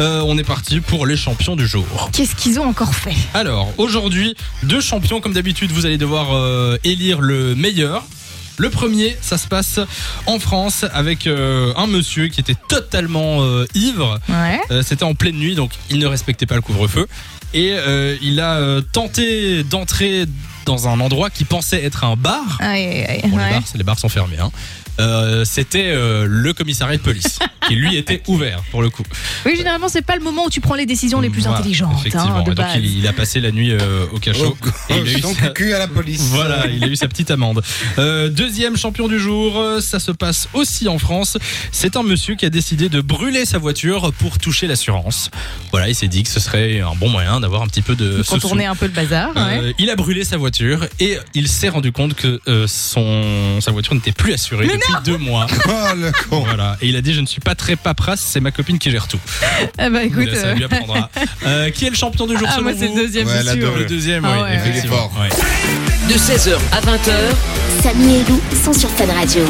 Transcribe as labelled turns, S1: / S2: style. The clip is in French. S1: Euh, on est parti pour les champions du jour.
S2: Qu'est-ce qu'ils ont encore fait
S1: Alors, aujourd'hui, deux champions, comme d'habitude, vous allez devoir euh, élire le meilleur. Le premier, ça se passe en France avec euh, un monsieur qui était totalement euh, ivre.
S2: Ouais.
S1: Euh, C'était en pleine nuit, donc il ne respectait pas le couvre-feu. Et euh, il a euh, tenté d'entrer dans un endroit qui pensait être un bar.
S2: Aïe, aïe, aïe.
S1: Bon, les,
S2: Ouais.
S1: bars, c'est- les bars sont fermés. hein. Euh, C'était euh, le commissariat de police qui lui était ouvert pour le coup.
S2: Oui, généralement, c'est pas le moment où tu prends les décisions les plus
S1: Voilà,
S2: intelligentes.
S1: Effectivement.
S2: hein, de
S1: Et donc
S2: base.
S1: il, il a passé la nuit euh, au cachot. Et il a eu
S3: Oh, donc
S1: sa-
S3: cul à la police.
S1: Voilà, il a eu sa petite amende. Euh, deuxième champion du jour, euh, ça se passe aussi en France. C'est un monsieur qui a décidé de brûler sa voiture pour toucher l'assurance. Voilà, il s'est dit que ce serait un bon moyen d'avoir un petit peu de euh, ce
S2: Contourner
S1: sou.
S2: un peu le bazar. hein. ouais.
S1: Euh, il a brûlé sa voiture et il s'est rendu compte que euh, son sa voiture n'était plus assurée depuis deux mois.
S3: Oh le con.
S1: Voilà, et il a dit je ne suis pas très paperasse, c'est ma copine qui gère tout.
S2: Ah bah écoute.
S1: ça
S2: euh,
S1: lui apprendra. Euh, qui est le champion du jour
S2: ah,
S1: selon
S2: moi, c'est
S1: vous
S2: le deuxième,
S3: Ouais,
S2: c'est
S3: la
S2: sûr.
S3: deux.
S1: Le deuxième,
S2: Ah
S1: oui,
S2: ouais, ouais.
S1: effectivement.
S3: Il est fort.
S1: Ouais.
S4: De 16h à 20h,
S5: Samy et Lou sont sur Fun Radio.